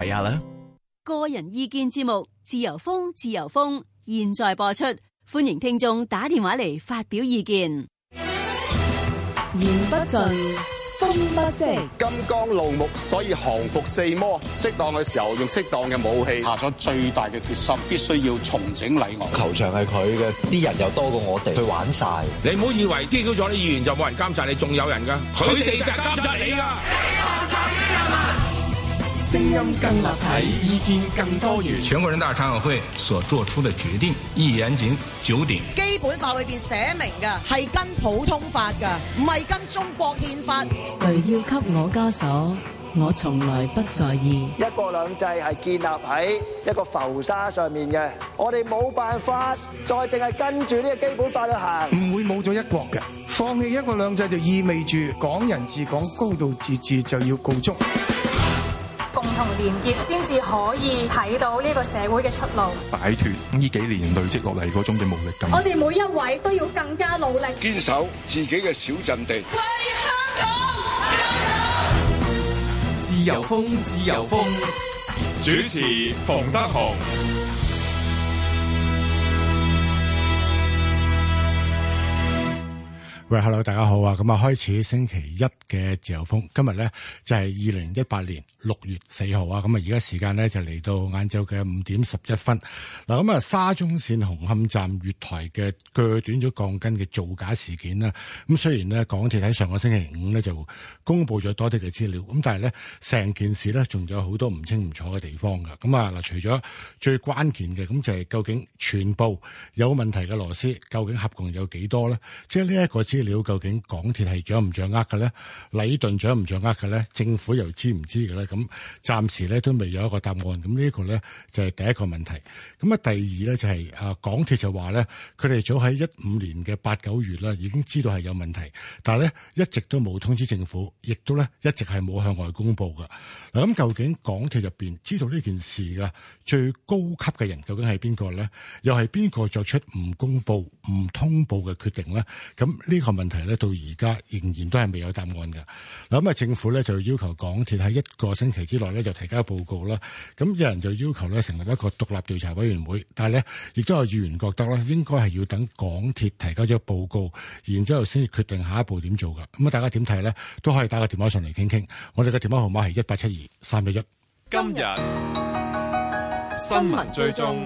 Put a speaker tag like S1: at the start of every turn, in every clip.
S1: 啊
S2: 下啦。
S3: 個人意見節目《自由風》，自由風，現在播出，歡迎聽眾打電話嚟發表意見。
S4: 言不盡，風不息。
S5: 金剛怒目，所以降服四魔。適當嘅時候用適當嘅武器。
S6: 下咗最大嘅決心，必須要重整禮樂。
S7: 球場係佢嘅，啲人又多過我哋，佢玩晒。
S8: 你唔好以為招咗你議員就冇人監察你，仲有人㗎，佢哋就係監察你㗎。
S4: 聲音更立體，意見更多元。
S9: 全國人大常委會所作出的決定一言警九鼎。
S10: 基本法裏邊寫明嘅係跟普通法㗎，唔係跟中國憲法。
S4: 誰要給我枷鎖？我從來不在意。
S11: 一國兩制係建立喺一個浮沙上面嘅，我哋冇辦法再淨係跟住呢個基本法去行。
S12: 唔會冇咗一國嘅，放棄一國兩制就意味住港人治港、高度自治就要告終。
S13: 共同連結先至可以睇到呢個社會嘅出路，
S1: 擺脱呢幾年累積落嚟嗰種嘅無力感。
S14: 我哋每一位都要更加努力，
S15: 堅守自己嘅小陣地。
S16: 自由風，自由風。
S17: 主持馮德雄。
S18: 喂，hello，大家好啊！咁啊，開始星期一嘅自由風，今日咧就係二零一八年六月四號啊！咁啊，而家時間咧就嚟到晏晝嘅五點十一分。嗱，咁啊，沙中線紅磡站月台嘅鋸短咗鋼筋嘅造假事件啦。咁雖然咧，港鐵喺上個星期五咧就公布咗多啲嘅資料，咁但係咧成件事咧仲有好多唔清唔楚嘅地方㗎。咁啊，嗱，除咗最關鍵嘅，咁就係究竟全部有問題嘅螺絲究竟合共有幾多咧？即係呢一個資料究竟港鐵係掌唔掌握嘅咧？禮頓掌唔掌握嘅咧？政府又知唔知嘅咧？咁暫時咧都未有一個答案。咁呢一個咧就係第一個問題。咁啊，第二咧就係啊，港鐵就話咧，佢哋早喺一五年嘅八九月啦，已經知道係有問題，但係咧一直都冇通知政府，亦都咧一直係冇向外公佈嘅。嗱，咁究竟港鐵入邊知道呢件事嘅最高級嘅人究竟係邊個咧？又係邊個作出唔公佈、唔通報嘅決定咧？咁呢個個問題咧，到而家仍然都係未有答案嘅。嗱，咁啊，政府咧就要求港鐵喺一個星期之內咧就提交報告啦。咁有人就要求咧成立一個獨立調查委員會，但係咧亦都有議員覺得咧應該係要等港鐵提交咗報告，然之後先至決定下一步點做㗎。咁啊，大家點睇咧？都可以打個電話上嚟傾傾。我哋嘅電話號碼係一八七二三一一。
S17: 今日新聞追蹤。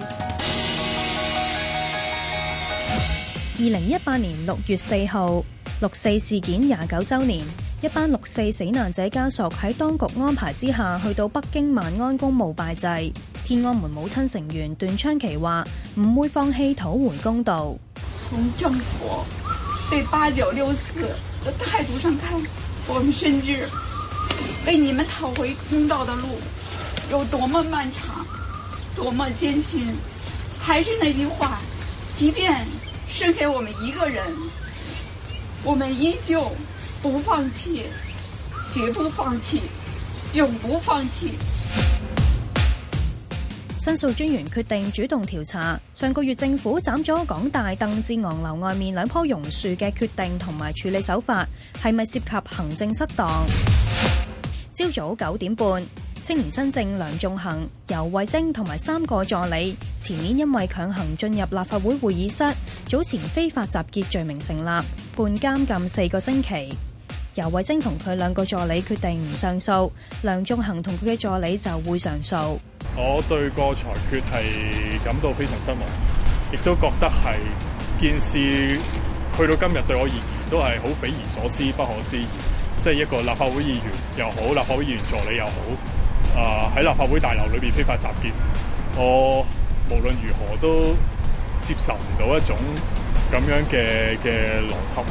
S19: 二零一八年六月四號，六四事件廿九週年，一班六四死難者家屬喺當局安排之下，去到北京萬安公墓拜祭。天安門母親成員段昌琪話：唔會放棄討回公道。
S20: 從政府對八九六四的態度上看，我們甚至為你們討回公道的路有多麼漫長，多麼艱辛。還是那句話，即便剩下我們一個人，我們依舊不放棄，絕不放棄，永不放棄。
S19: 申訴專員決定主動調查上個月政府斬咗港大鄧志昂樓外面兩棵榕樹嘅決定同埋處理手法，係咪涉及行政失當？朝早九點半，青年新政梁頌恆、游蕙禎同埋三個助理，前年因為強行進入立法會會議室，早前非法集結罪名成立，判監禁四個星期。游蕙禎同佢兩個助理決定唔上訴，梁頌恆同佢嘅助理就會上訴。
S3: 我對個裁決係感到非常失望，亦都覺得係件事去到今日對我而言都係好匪夷所思、不可思議，即係一個立法會議員又好，立法會議員助理又好。啊！喺立法會大樓裏邊非法集結，我無論如何都接受唔到一種咁樣嘅嘅邏輯。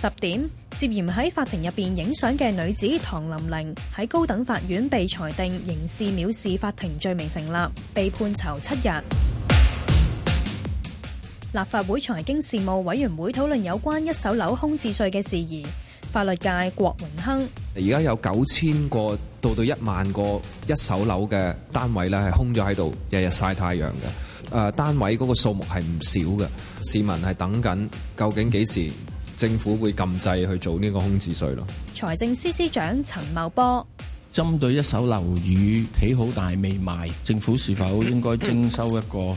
S19: 十點，涉嫌喺法庭入邊影相嘅女子唐琳玲喺高等法院被裁定刑事藐視法庭罪名成立，被判囚七日。立法會財經事務委員會討論有關一手樓空置稅嘅事宜，法律界郭榮鏗。
S2: 而家有九千個到到一萬個一手樓嘅單位咧，係空咗喺度，日日曬太陽嘅。誒、呃、單位嗰個數目係唔少嘅，市民係等緊究竟幾時政府會禁制去做呢個空置稅咯。
S19: 財政司司長陳茂波。
S21: 針對一手樓宇起好但係未賣，政府是否應該徵收一個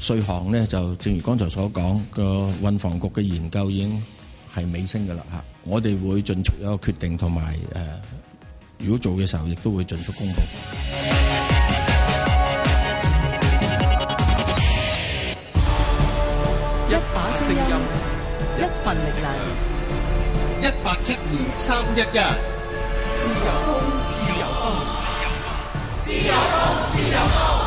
S21: 稅項呢？就正如剛才所講，個運房局嘅研究已經係尾聲㗎啦嚇，我哋會盡速有一個決定，同埋誒，呃如果做嘅時候，亦都會盡速公佈。
S22: 一把聲音，一份力量，
S23: 一八七二三一一。
S22: 自由風，自由風，
S23: 自由風，自由風。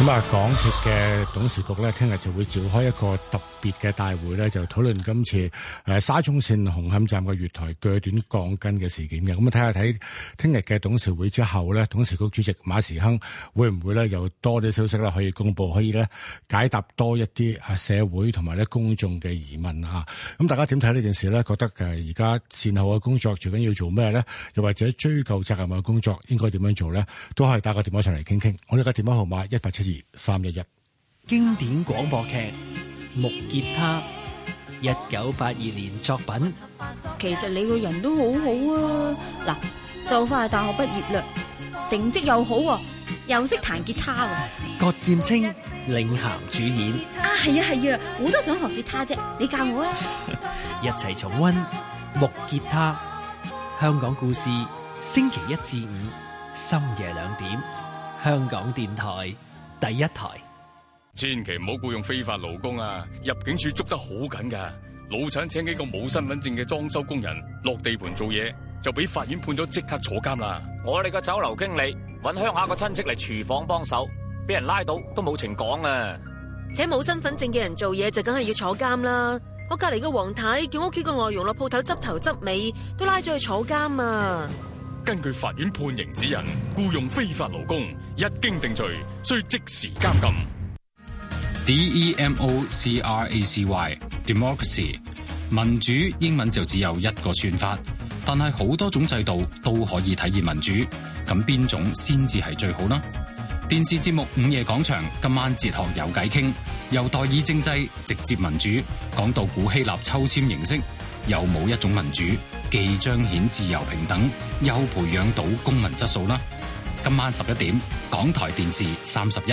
S18: 咁啊，港鐵嘅董事局咧，聽日就會召開一個特別嘅大會咧，就討論今次誒沙中線紅磡站嘅月台鋸短鋼筋嘅事件嘅。咁啊，睇下睇聽日嘅董事會之後咧，董事局主席馬時亨會唔會咧有多啲消息咧可以公佈，可以咧解答多一啲啊社會同埋咧公眾嘅疑問啊。咁大家點睇呢件事咧？覺得誒而家善後嘅工作最緊要做咩咧？又或者追究責任嘅工作應該點樣做咧？都可以打個電話上嚟傾傾。我哋嘅電話號碼一八七二三一一，
S24: 經典廣播劇《木吉他》，一九八二年作品。
S5: 其實你個人都好好啊，嗱，就快大學畢業啦，成績又好喎、啊，又識彈吉他喎、啊。
S24: 郭劍清領銜主演。
S5: 啊，係啊係啊，我都想學吉他啫，你教我啊！
S24: 一齊重溫《木吉他》香港故事，星期一至五深夜兩點，香港電台。第一台，
S12: 千祈唔好僱用非法勞工啊！入境處捉得好緊噶，老陳請幾個冇身份證嘅裝修工人落地盤做嘢，就俾法院判咗即刻坐監啦。
S25: 我哋個酒樓經理搵鄉下個親戚嚟廚房幫手，俾人拉到都冇情講啊！
S26: 請冇身份證嘅人做嘢就梗係要坐監啦。我隔籬個黃太叫屋企個外傭落鋪頭執頭執尾，都拉咗去坐監啊！
S12: 根據法院判刑指引，僱用非法勞工一經定罪，須即時監禁。
S27: E Democracy，democracy，民主英文就只有一個算法，但係好多種制度都可以體現民主，咁邊種先至係最好呢？電視節目《午夜廣場》今晚哲學有偈傾，由代議政制直接民主，講到古希臘抽籤形式。有冇一種民主既彰顯自由平等，又培養到公民質素啦？今晚十一點，港台電視三十一。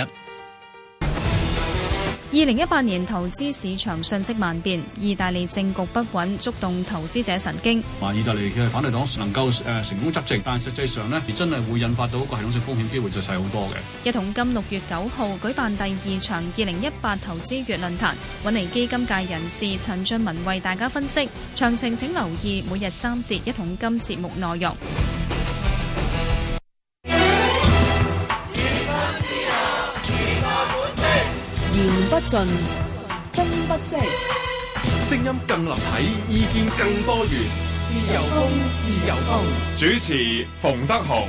S14: 二零一八年投資市場瞬息萬變，意大利政局不穩觸動投資者神經。
S28: 話意大利嘅反對黨能夠誒成功執政，但實際上呢，真係會引發到個系統性風險機會就細好多嘅。
S14: 一桶金六月九號舉辦第二場二零一八投資月論壇，揾嚟基金界人士陳俊文為大家分析，詳情請留意每日三節一桶金節目內容。
S4: 言不盡，風不息，
S16: 聲音更立體，意見更多元。
S4: 自由風，自由風。
S16: 主持馮德雄。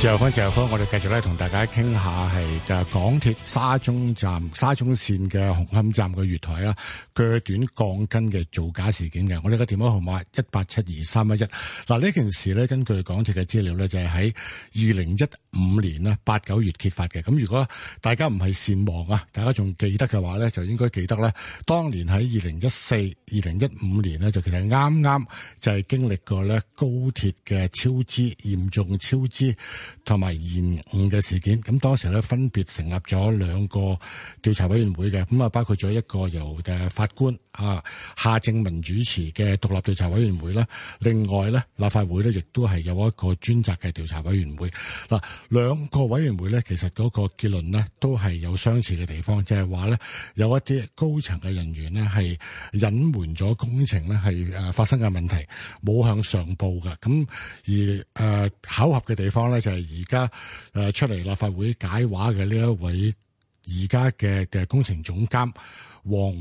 S18: 自由風，自由風，我哋繼續咧同大家傾下係誒港鐵沙中站、沙中線嘅紅磡站嘅月台啦，鋸短鋼筋嘅造假事件嘅。我哋嘅電話號碼一八七二三一一。嗱呢件事咧，根據港鐵嘅資料咧，就係喺二零一五年啦，八九月揭發嘅。咁如果大家唔係善忘啊，大家仲記得嘅話咧，就應該記得咧。當年喺二零一四、二零一五年呢，就其實啱啱就係經歷過咧高鐵嘅超支、嚴重超支同埋延誤嘅事件。咁當時咧分別成立咗兩個調查委員會嘅，咁啊包括咗一個由嘅法官啊夏正民主持嘅獨立調查委員會啦，另外咧立法會咧亦都係有一個專責嘅調查委員會嗱。兩個委員會咧，其實嗰個結論咧都係有相似嘅地方，就係話咧有一啲高層嘅人員咧係隱瞞咗工程咧係誒發生嘅問題，冇向上報嘅。咁而誒、呃、巧合嘅地方咧，就係而家誒出嚟立法會解話嘅呢一位而家嘅嘅工程總監。黃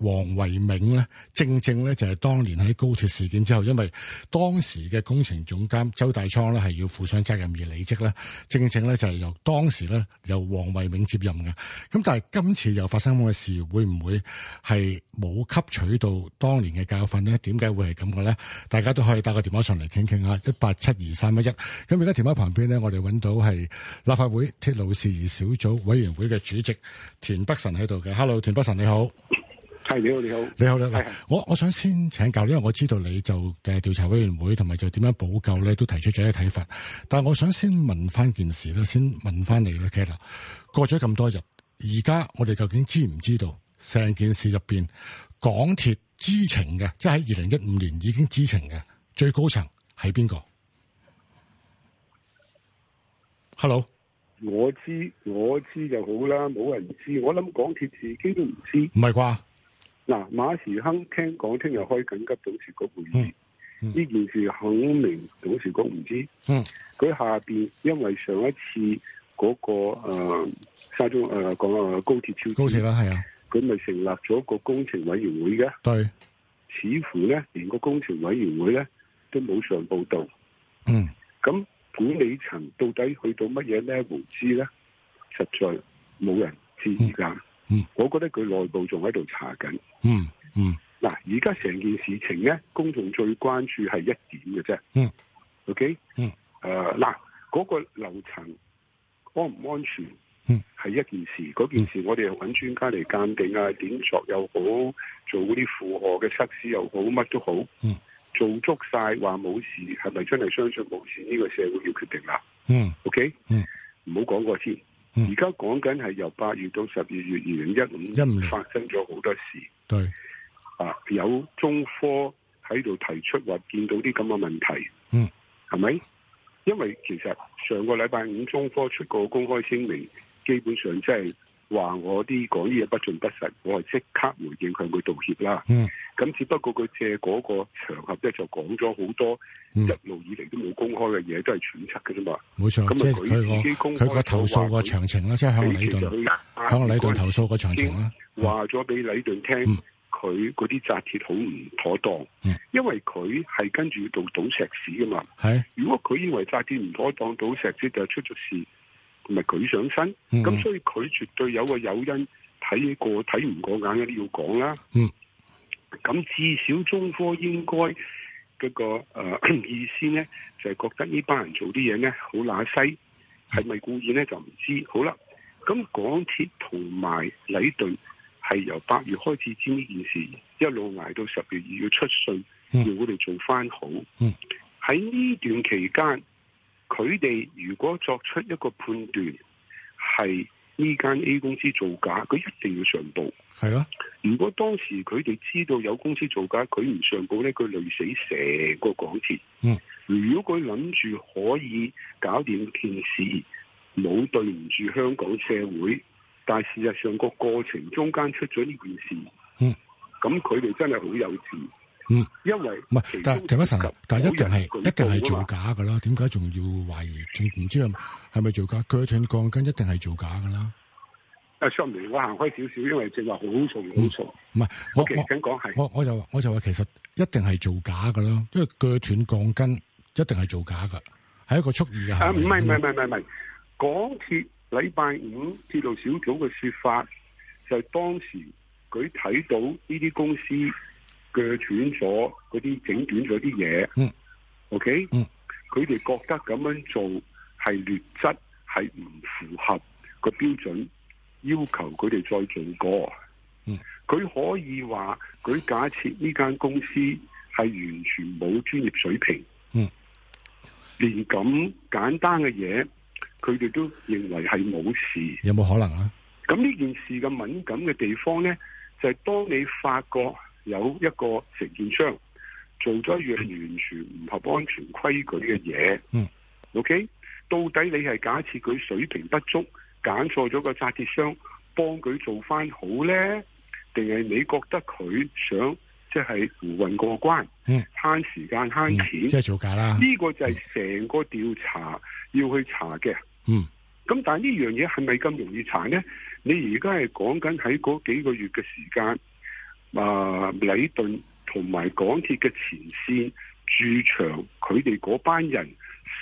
S18: 黃唯銘咧，正正咧就係當年喺高鐵事件之後，因為當時嘅工程總監周大倉咧係要負上責任而離職咧，正正咧就係由當時咧由黃唯銘接任嘅。咁但係今次又發生咁嘅事，會唔會係冇吸取到當年嘅教訓呢？點解會係咁嘅咧？大家都可以打個電話上嚟傾傾啊！一八七二三一一。咁而家電話旁邊呢，我哋揾到係立法會鐵路事宜小組委員會嘅主席田北辰喺度嘅。Hello，田北辰你好。
S8: 係你好，你好，
S18: 你好啦。我我想先請教，因為我知道你就嘅調查委員會同埋就點樣補救咧，都提出咗一啲睇法。但係我想先問翻件事啦，先問翻你啦，Kate。過咗咁多日，而家我哋究竟知唔知道成件事入邊港鐵知情嘅，即係喺二零一五年已經知情嘅最高層係邊個？Hello，
S8: 我知我知就好啦，冇人知。我諗港鐵自己都唔知，
S18: 唔係啩？
S8: 嗱，馬時亨聽講聽日開緊急董事局會議，呢、嗯嗯、件事肯明董事局唔知。
S18: 嗯，
S8: 佢下邊因為上一次嗰、那個、呃、沙中誒講啊高鐵超
S18: 高鐵啦，係啊，
S8: 佢咪成立咗個工程委員會嘅。
S18: 對，
S8: 似乎咧連個工程委員會咧都冇上報道。
S18: 嗯，
S8: 咁管理層到底去到乜嘢 level 知咧？實在冇人知而家。嗯
S18: 嗯，
S8: 我覺得佢內部仲喺度查緊。
S18: 嗯嗯，
S8: 嗱，而家成件事情咧，公眾最關注係一點嘅啫。
S18: 嗯
S8: ，OK。
S18: 嗯，
S8: 誒嗱，嗰個樓層安唔安全？
S18: 嗯，
S8: 係一件事。嗰件事我哋揾專家嚟鑑定啊，點作又好，做嗰啲負荷嘅測試又好，乜都好。
S18: 嗯，
S8: 做足晒話冇事，係咪真係相信冇事？呢個社會要決定啦。
S18: 嗯
S8: ，OK。
S18: 嗯，
S8: 唔好講過先。而家講緊係由八月到十二月二零一五年發生咗好多事。
S18: 對，
S8: 啊有中科喺度提出話見到啲咁嘅問題，
S18: 嗯，
S8: 係咪？因為其實上個禮拜五中科出個公開聲明，基本上即係話我啲講啲嘢不盡不實，我係即刻回應向佢道歉啦。
S18: 嗯，
S8: 咁只不過佢借嗰個場合咧就講咗好多
S18: 嗯
S8: 一路以嚟都冇公開嘅嘢，都係揣測嘅啫嘛。
S18: 冇錯，
S8: 咁啊
S18: 佢個佢個投訴個詳情啦，即係向禮頓向禮頓投訴個詳情啦。
S8: 話咗俾禮頓聽，佢嗰啲紮鐵好唔妥當，
S18: 嗯、
S8: 因為佢係跟住到倒石屎噶嘛。，
S18: 係
S8: 如果佢認為紮鐵唔妥當，倒石屎就出咗事，咪佢上身。咁、
S18: 嗯、
S8: 所以佢絕對有個誘因睇過睇唔過眼嘅都要講啦。
S18: 嗯。
S8: 咁至少中科應該嗰、嗰個、呃、 意思咧，就係、係、覺得呢班人做啲嘢咧好乸
S18: 嗯
S8: 西，係咪故意咧就唔知。好啦，咁港鐵同埋禮頓係由八月開始知呢件事，一路捱到十月二要出信，
S18: 嗯
S8: 要我哋做翻好。喺呢段期間，佢哋如果作出一個判斷係，呢間 A 公司造假，佢一定要上報。，
S18: 係咯
S8: 如果當時佢哋知道有公司造假，佢唔上報咧，佢累死成個港鐵。
S18: 嗯，
S8: 如果佢諗住可以搞掂件事，冇對唔住香港社會，但係事實上個過程中間出咗呢件事，
S18: 嗯，
S8: 咁佢哋真係好幼稚。
S18: 嗯，
S8: 因為
S18: 唔係，但係陳一晨，但係一定係一定係
S8: 啊
S18: 造假噶啦，點解仲要懷疑？仲唔知係係咪造假？鋸斷鋼筋一定係造假噶啦。
S8: 啊，上面我行開少少，因為正話好嘈好嘈。
S18: 唔係，我我
S8: 想講係，
S18: 我我就我就話其實一定係造假噶啦，因為鋸斷鋼筋一定係造假噶，係一個蓄意嘅行為。嗯
S8: 啊，唔係唔係唔係唔係，港鐵禮拜五鐵路小組嘅説法就係當時佢睇到呢啲公司。鋸斷咗嗰啲整短咗啲嘢，
S18: 嗯
S8: ，OK，
S18: 嗯，
S8: 佢哋覺得咁樣做係劣質，係唔符合個標準要求，佢哋再做過，
S18: 嗯，
S8: 佢可以話佢假設呢間公司係完全冇專業水平，
S18: 嗯，
S8: 連咁簡單嘅嘢，佢哋都認為係冇事，
S18: 有冇可能啊？
S8: 咁呢件事嘅敏感嘅地方呢，就係當你發覺。有一個承建商做咗一樣完全唔合安全規矩嘅嘢，
S18: 嗯
S8: ，OK，到底你係假設佢水平不足，揀錯咗個紮鐵商，幫佢做翻好呢？定係你覺得佢想即係胡混過關，
S18: 嗯，
S8: 慳時間慳錢，
S18: 即係造假啦？
S8: 呢個就係成個調查要去查嘅，
S18: 嗯。
S8: 咁但係呢樣嘢係咪咁容易查呢？你而家係講緊喺嗰幾個月嘅時間。啊！禮頓同埋港鐵嘅前線駐場，佢哋嗰班人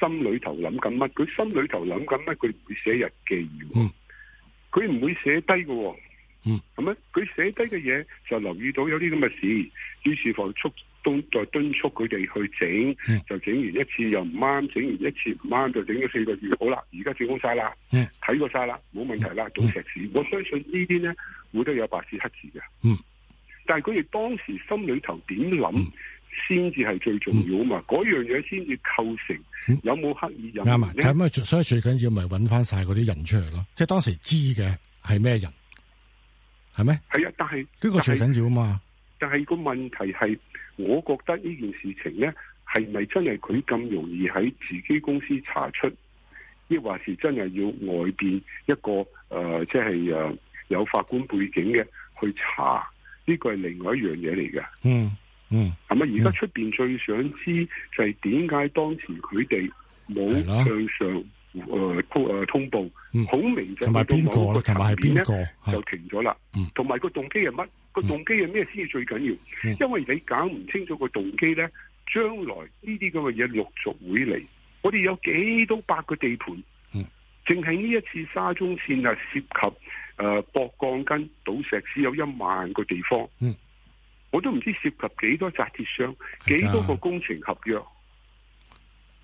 S8: 心裏頭諗緊乜？佢心裏頭諗緊乜？佢唔會寫日記嘅，佢唔、嗯、會寫低嘅。
S18: 嗯，
S8: 係咪？佢寫低嘅嘢就留意到有啲咁嘅事，於是乎促敦再敦促佢哋去整，
S18: 嗯、
S8: 就整完一次又唔啱，整完一次唔啱，就整咗四個月，好啦，而家整好晒啦，
S18: 睇、
S8: 嗯、
S18: 嗯
S8: 過晒啦，冇問題啦，倒石屎。我相信呢啲呢會都有白紙黑字嘅。
S18: 嗯
S8: 但係佢哋當時心裏頭點諗，先至係最重要啊嘛。嗰樣嘢先至構成有冇刻意引
S18: 嗯啱啊！咁啊，所以最緊要咪揾翻晒嗰啲人出嚟咯。即係當時知嘅係咩人，係咩？
S8: 係啊，但係
S18: 呢個最緊要啊嘛。
S8: 但係個問題係，我覺得呢件事情咧，係咪真係佢咁容易喺自己公司查出，抑或是真係要外邊一個誒，即係誒有法官背景嘅去查？呢個係另外一樣嘢嚟嘅。
S18: 嗯嗯，
S8: 係啊咪？而家出邊最想知就係點解當時佢哋冇向上誒通誒通報？好明
S18: 嗯
S8: 顯，
S18: 同埋邊個咧？同埋係嗯邊個
S8: 就停咗啦。同埋個動機係乜？個動機係咩先至最緊
S18: 嗯
S8: 要？因為你搞唔清楚個動機咧，將來呢啲咁嘅嘢陸續會嚟。我哋有幾多百個地盤，
S18: 嗯
S8: 淨係呢一次沙中線啊，涉及。誒、呃、駁鋼筋、倒石屎有一萬個地方，嗯、我都唔知涉及幾多紮鐵商、幾多個工程合約，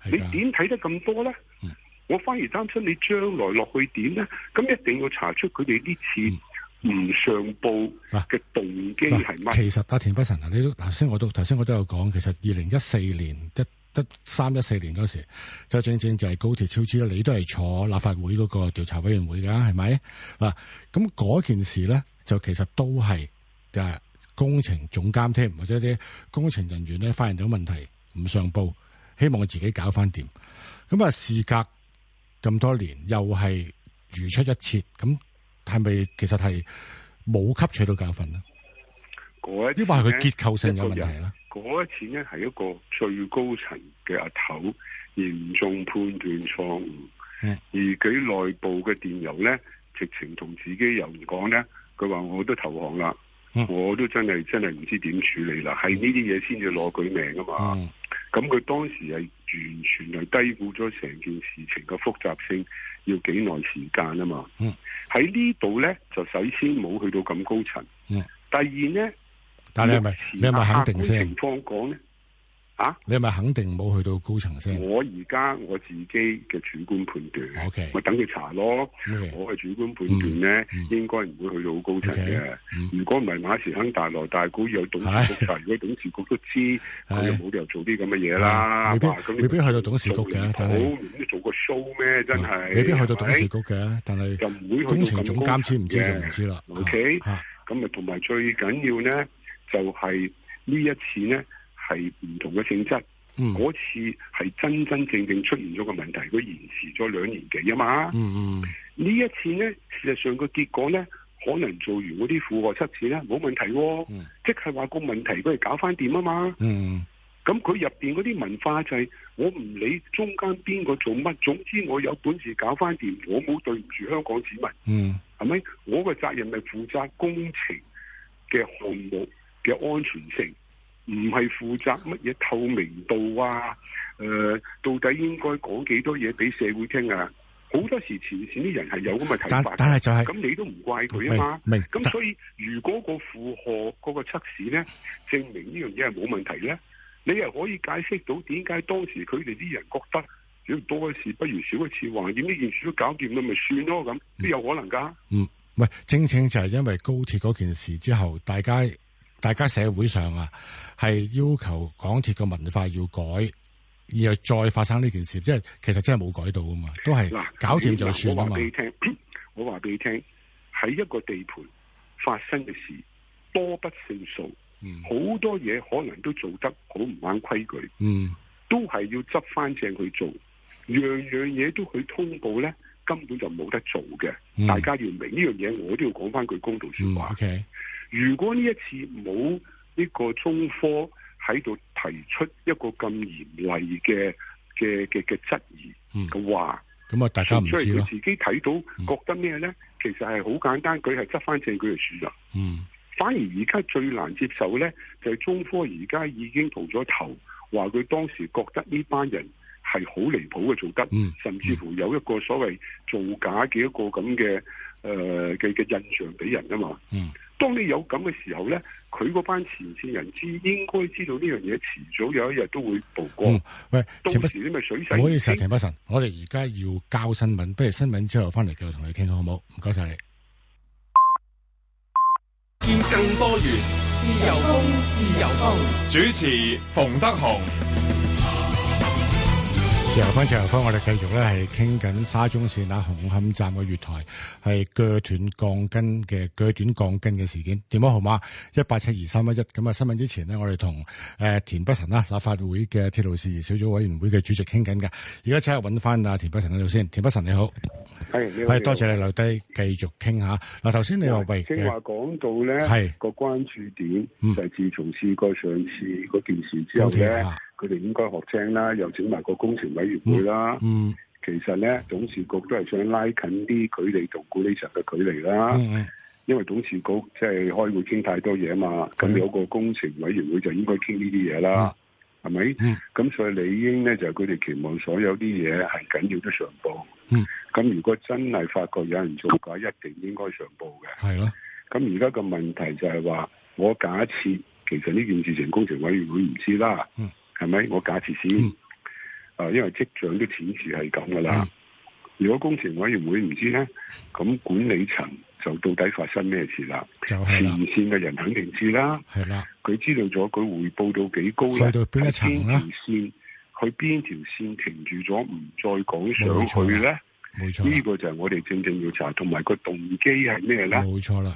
S8: 你點睇得咁多呢？嗯、我反而擔心你將來落去點呢？咁一定要查出佢哋呢
S18: 嗯
S8: 次唔上報嘅動機係乜？
S18: 其實阿田北辰啊，你都頭先我都頭先我都有講，其實二零一四年一得三一四年嗰時，就正正就係高鐵超支啦。你都係坐立法會嗰個調查委員會㗎，係咪？嗱，咁嗰件事咧，就其實都係誒工程總監添，或者啲工程人員咧發現到問題唔上報，希望自己搞翻掂。咁啊，事隔咁多年，又係如出一轍，咁係咪其實係冇吸取到教訓咧？
S8: 嗰一
S18: 呢話係佢結構性有問題啦。
S8: 嗰一次呢係一個最高層嘅阿頭嚴重判斷錯誤，而佢內部嘅電郵呢，直情同自己人講呢，佢話我都投降啦，我都真係真係唔知點處理啦，嗯係呢啲嘢先至攞佢命
S18: 嗯
S8: 㗎嘛。咁佢當時係完全係低估咗成件事情嘅複雜性，要幾耐時間啊嘛。喺呢度呢，就首先冇去到咁高層，第二呢。
S18: 但你係咪你係咪肯定先？
S8: 情況講咧，啊？
S18: 你係咪肯定冇去到高層先？
S8: 我而家我自己嘅主觀判斷
S18: ，Okay.
S8: 我等佢查咯。Okay. 我嘅主觀判斷咧，嗯、應該唔會去到好高層嘅。Okay. 嗯、如果唔係馬時亨大鑼大鼓有董事局查，如果董事局都知，佢又冇理由做啲咁嘅嘢啦。
S18: 未必未必去到董事局嘅，但係嗯
S8: 都做個 show 咩？真係
S18: 啊未必去到董事局嘅，但係
S8: 就唔會去
S18: 工程總監知唔知就唔知啦。
S8: OK，咁啊，同埋最緊要咧。就係呢一次呢，係唔同嘅性質。嗰、嗯、次係真真正正出現咗個問題，佢延遲咗兩年幾啊嘛。呢、
S18: 嗯嗯、
S8: 一次呢，事實上個結果呢，可能做完嗰啲負荷測試呢，冇問題喎、哦，嗯、即係話個問題佢係搞翻掂啊嘛。
S18: 嗯
S8: 咁佢入邊嗰啲文化就係、是、我唔理中間邊個做乜，總之我有本事搞翻掂，我冇對唔住香港市民。係咪、嗯？我嘅責任係負責工程嘅項目。嘅安全性，唔係負責乜嘢透明度啊？誒、呃，到底應該講幾多嘢俾社會聽啊？好多時前線啲人係有咁嘅睇法，
S18: 但係就係、是、
S8: 咁，你都唔怪佢啊嘛。
S18: 明
S8: 咁，所以如果個負荷嗰個測試咧，證明呢樣嘢係冇問題咧，你又可以解釋到點解當時佢哋啲人覺得，要多一事不如少一次，橫掂呢件事都搞掂啦，咪算咯咁，都有可能㗎。
S18: 嗯，唔係正正就係因為高鐵嗰件事之後，大家。大家社會上啊，係要求港鐵嘅文化要改，然後再發生呢件事，即係其實真係冇改到啊嘛，都係搞掂就算啊嘛。
S8: 我話俾你聽， 我話俾你聽，喺一個地盤發生嘅事多不勝數，好、嗯、多嘢可能都做得好唔啱規矩，
S18: 嗯，
S8: 都係要執翻正去做，樣樣嘢都去通報咧，根本就冇得做嘅。嗯、大家要明呢樣嘢，我都要講翻句公道説話。
S18: 嗯 okay.
S8: 如果呢一次冇呢個中科喺度提出一個咁嚴厲嘅嘅嘅嘅質疑嘅話，
S18: 咁啊、嗯、大家唔知
S8: 佢自己睇到、嗯、覺得咩咧？其實係好簡單，佢係執翻正佢嘅樹啦。
S18: 嗯，
S8: 反而而家最難接受咧，就係、是、中科而家已經蒲咗頭，話佢當時覺得呢班人係好離譜嘅做得，
S18: 嗯嗯、
S8: 甚至乎有一個所謂造假嘅一個咁嘅誒嘅嘅印象俾人啊嘛。
S18: 嗯。
S8: 當你有咁嘅時候咧，佢嗰班前線人知應該知道呢樣嘢，遲早有一日都會曝光。
S18: 嗯、喂，
S8: 到時你咪水洗。
S18: 唔好意思，啊田北辰，我哋而家要交新聞，不如新聞之後翻嚟繼續同你傾好唔好？唔該晒你。
S23: 見更多元。
S29: 自由風，自由風。
S23: 主持馮德雄。
S18: 自由風，自由風，我哋繼續咧係傾緊沙中線啊紅磡站嘅月台係鋸斷鋼筋嘅鋸短鋼筋嘅事件，電話號碼一八七二三一一。咁啊，新聞之前呢，我哋同誒田北辰啊啦，立法會嘅鐵路事宜小組委員會嘅主席傾緊㗎。而家請下揾翻啊田北辰喺度先，田北辰你好，
S8: 係
S18: 係多謝你留低繼續傾下。嗱頭先你話喂，
S8: 正話講到咧，係嗯個關注點就係自從試過上次嗰件事之後咧。佢哋應該學精啦，又整埋個工程委員會啦。啊嗯，嗯其實咧，董事局都係想拉近啲距離同管理層嘅距離啦。嗯、因為董事局即係開會傾太多嘢啊嘛，咁、嗯、有個工程委員會就應該傾呢啲嘢啦，係咪、嗯？咁、嗯、所以理應咧就佢哋期望所有啲嘢係緊要都上報。嗯，咁如果真係發覺有人做假，一定應該上報嘅。
S18: 係咯。
S8: 咁而家個問題就係話，我假設其實呢件事情工程委員會唔知啦。嗯係咪？我假設先，啊、嗯，因為跡象都顯示係咁噶啦。嗯、如果工程委員會唔知咧，咁管理層就到底發生咩事啦？
S18: 就
S8: 前線嘅人肯定知啦。
S18: 係啦，
S8: 佢知道咗佢回報到幾高咧？
S18: 去到邊一層啊啦？
S8: 線去邊條線停住咗，唔再講上去咧？
S18: 冇錯，
S8: 呢個就係我哋正正要查，同埋個動機係咩咧？
S18: 冇錯啦，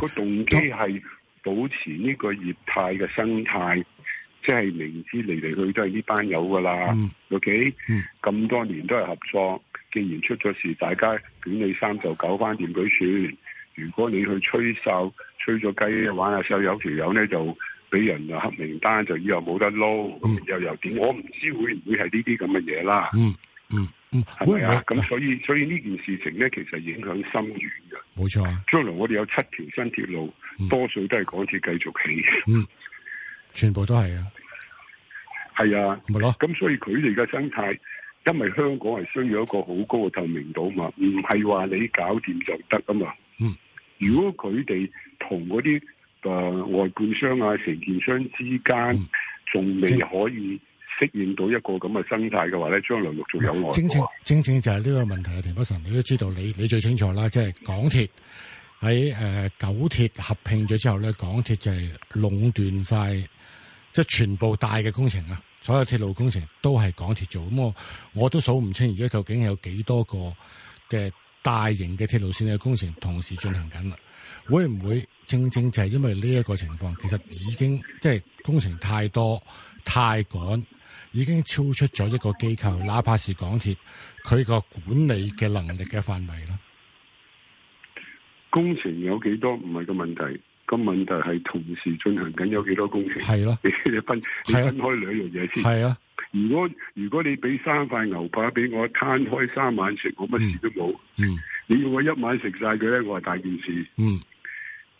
S8: 個動機係保持呢個業態嘅生態。即係明知嚟嚟去都係呢班友噶
S18: 嗯
S8: 啦，OK？咁多年都係合作，既然出咗事，大家捲你衫就搞翻掂佢算。如果你去吹哨，吹咗雞玩下手，有條友咧就俾人啊黑名單，就以後冇得撈，咁又又點？我唔知會唔會係呢啲咁嘅嘢啦。
S18: 嗯嗯嗯，
S8: 係咪啊？咁所以所以呢件事情咧，其實影響深遠嘅。
S18: 冇錯啊！
S8: 將來我哋有七條新鐵路，
S18: 嗯
S8: 多數都係港鐵繼續起。 嗯。
S18: 全部都係啊，
S8: 係啊，
S18: 咪咯。
S8: 咁所以佢哋嘅生態，因為香港係需要一個好高嘅透明度嘛，唔係話你搞掂就得啊嘛。嗯，如果佢哋同嗰啲誒外判商啊、承建商之
S18: 嗯
S8: 間仲未可以適應到一個咁嘅生態嘅話咧，將來陸續有來。
S18: 嗯正正正正就係呢個問題啊，田北辰，你都知道，你你最清楚啦，即係港鐵。喺誒、呃、九鐵合併咗之後咧，港鐵就係壟斷晒，即係全部大嘅工程啊，所有鐵路工程都係港鐵做。咁我我都數唔清而家究竟有幾多個嘅大型嘅鐵路線嘅工程同時進行緊啦。會唔會正正就係因為呢一個情況，其實已經即係工程太多太趕，已經超出咗一個機構，哪怕是港鐵佢個管理嘅能力嘅範圍啦。
S8: 工程有幾多唔係個問題，個問題係同時進行緊有幾多工程。
S18: 係咯，
S8: 你分你分開兩樣嘢先。
S18: 啊係啊，
S8: 如果如果你俾三塊牛扒俾我攤開三晚食，我乜事都冇。嗯，你要我一晚食晒佢咧，我係大件事。嗯，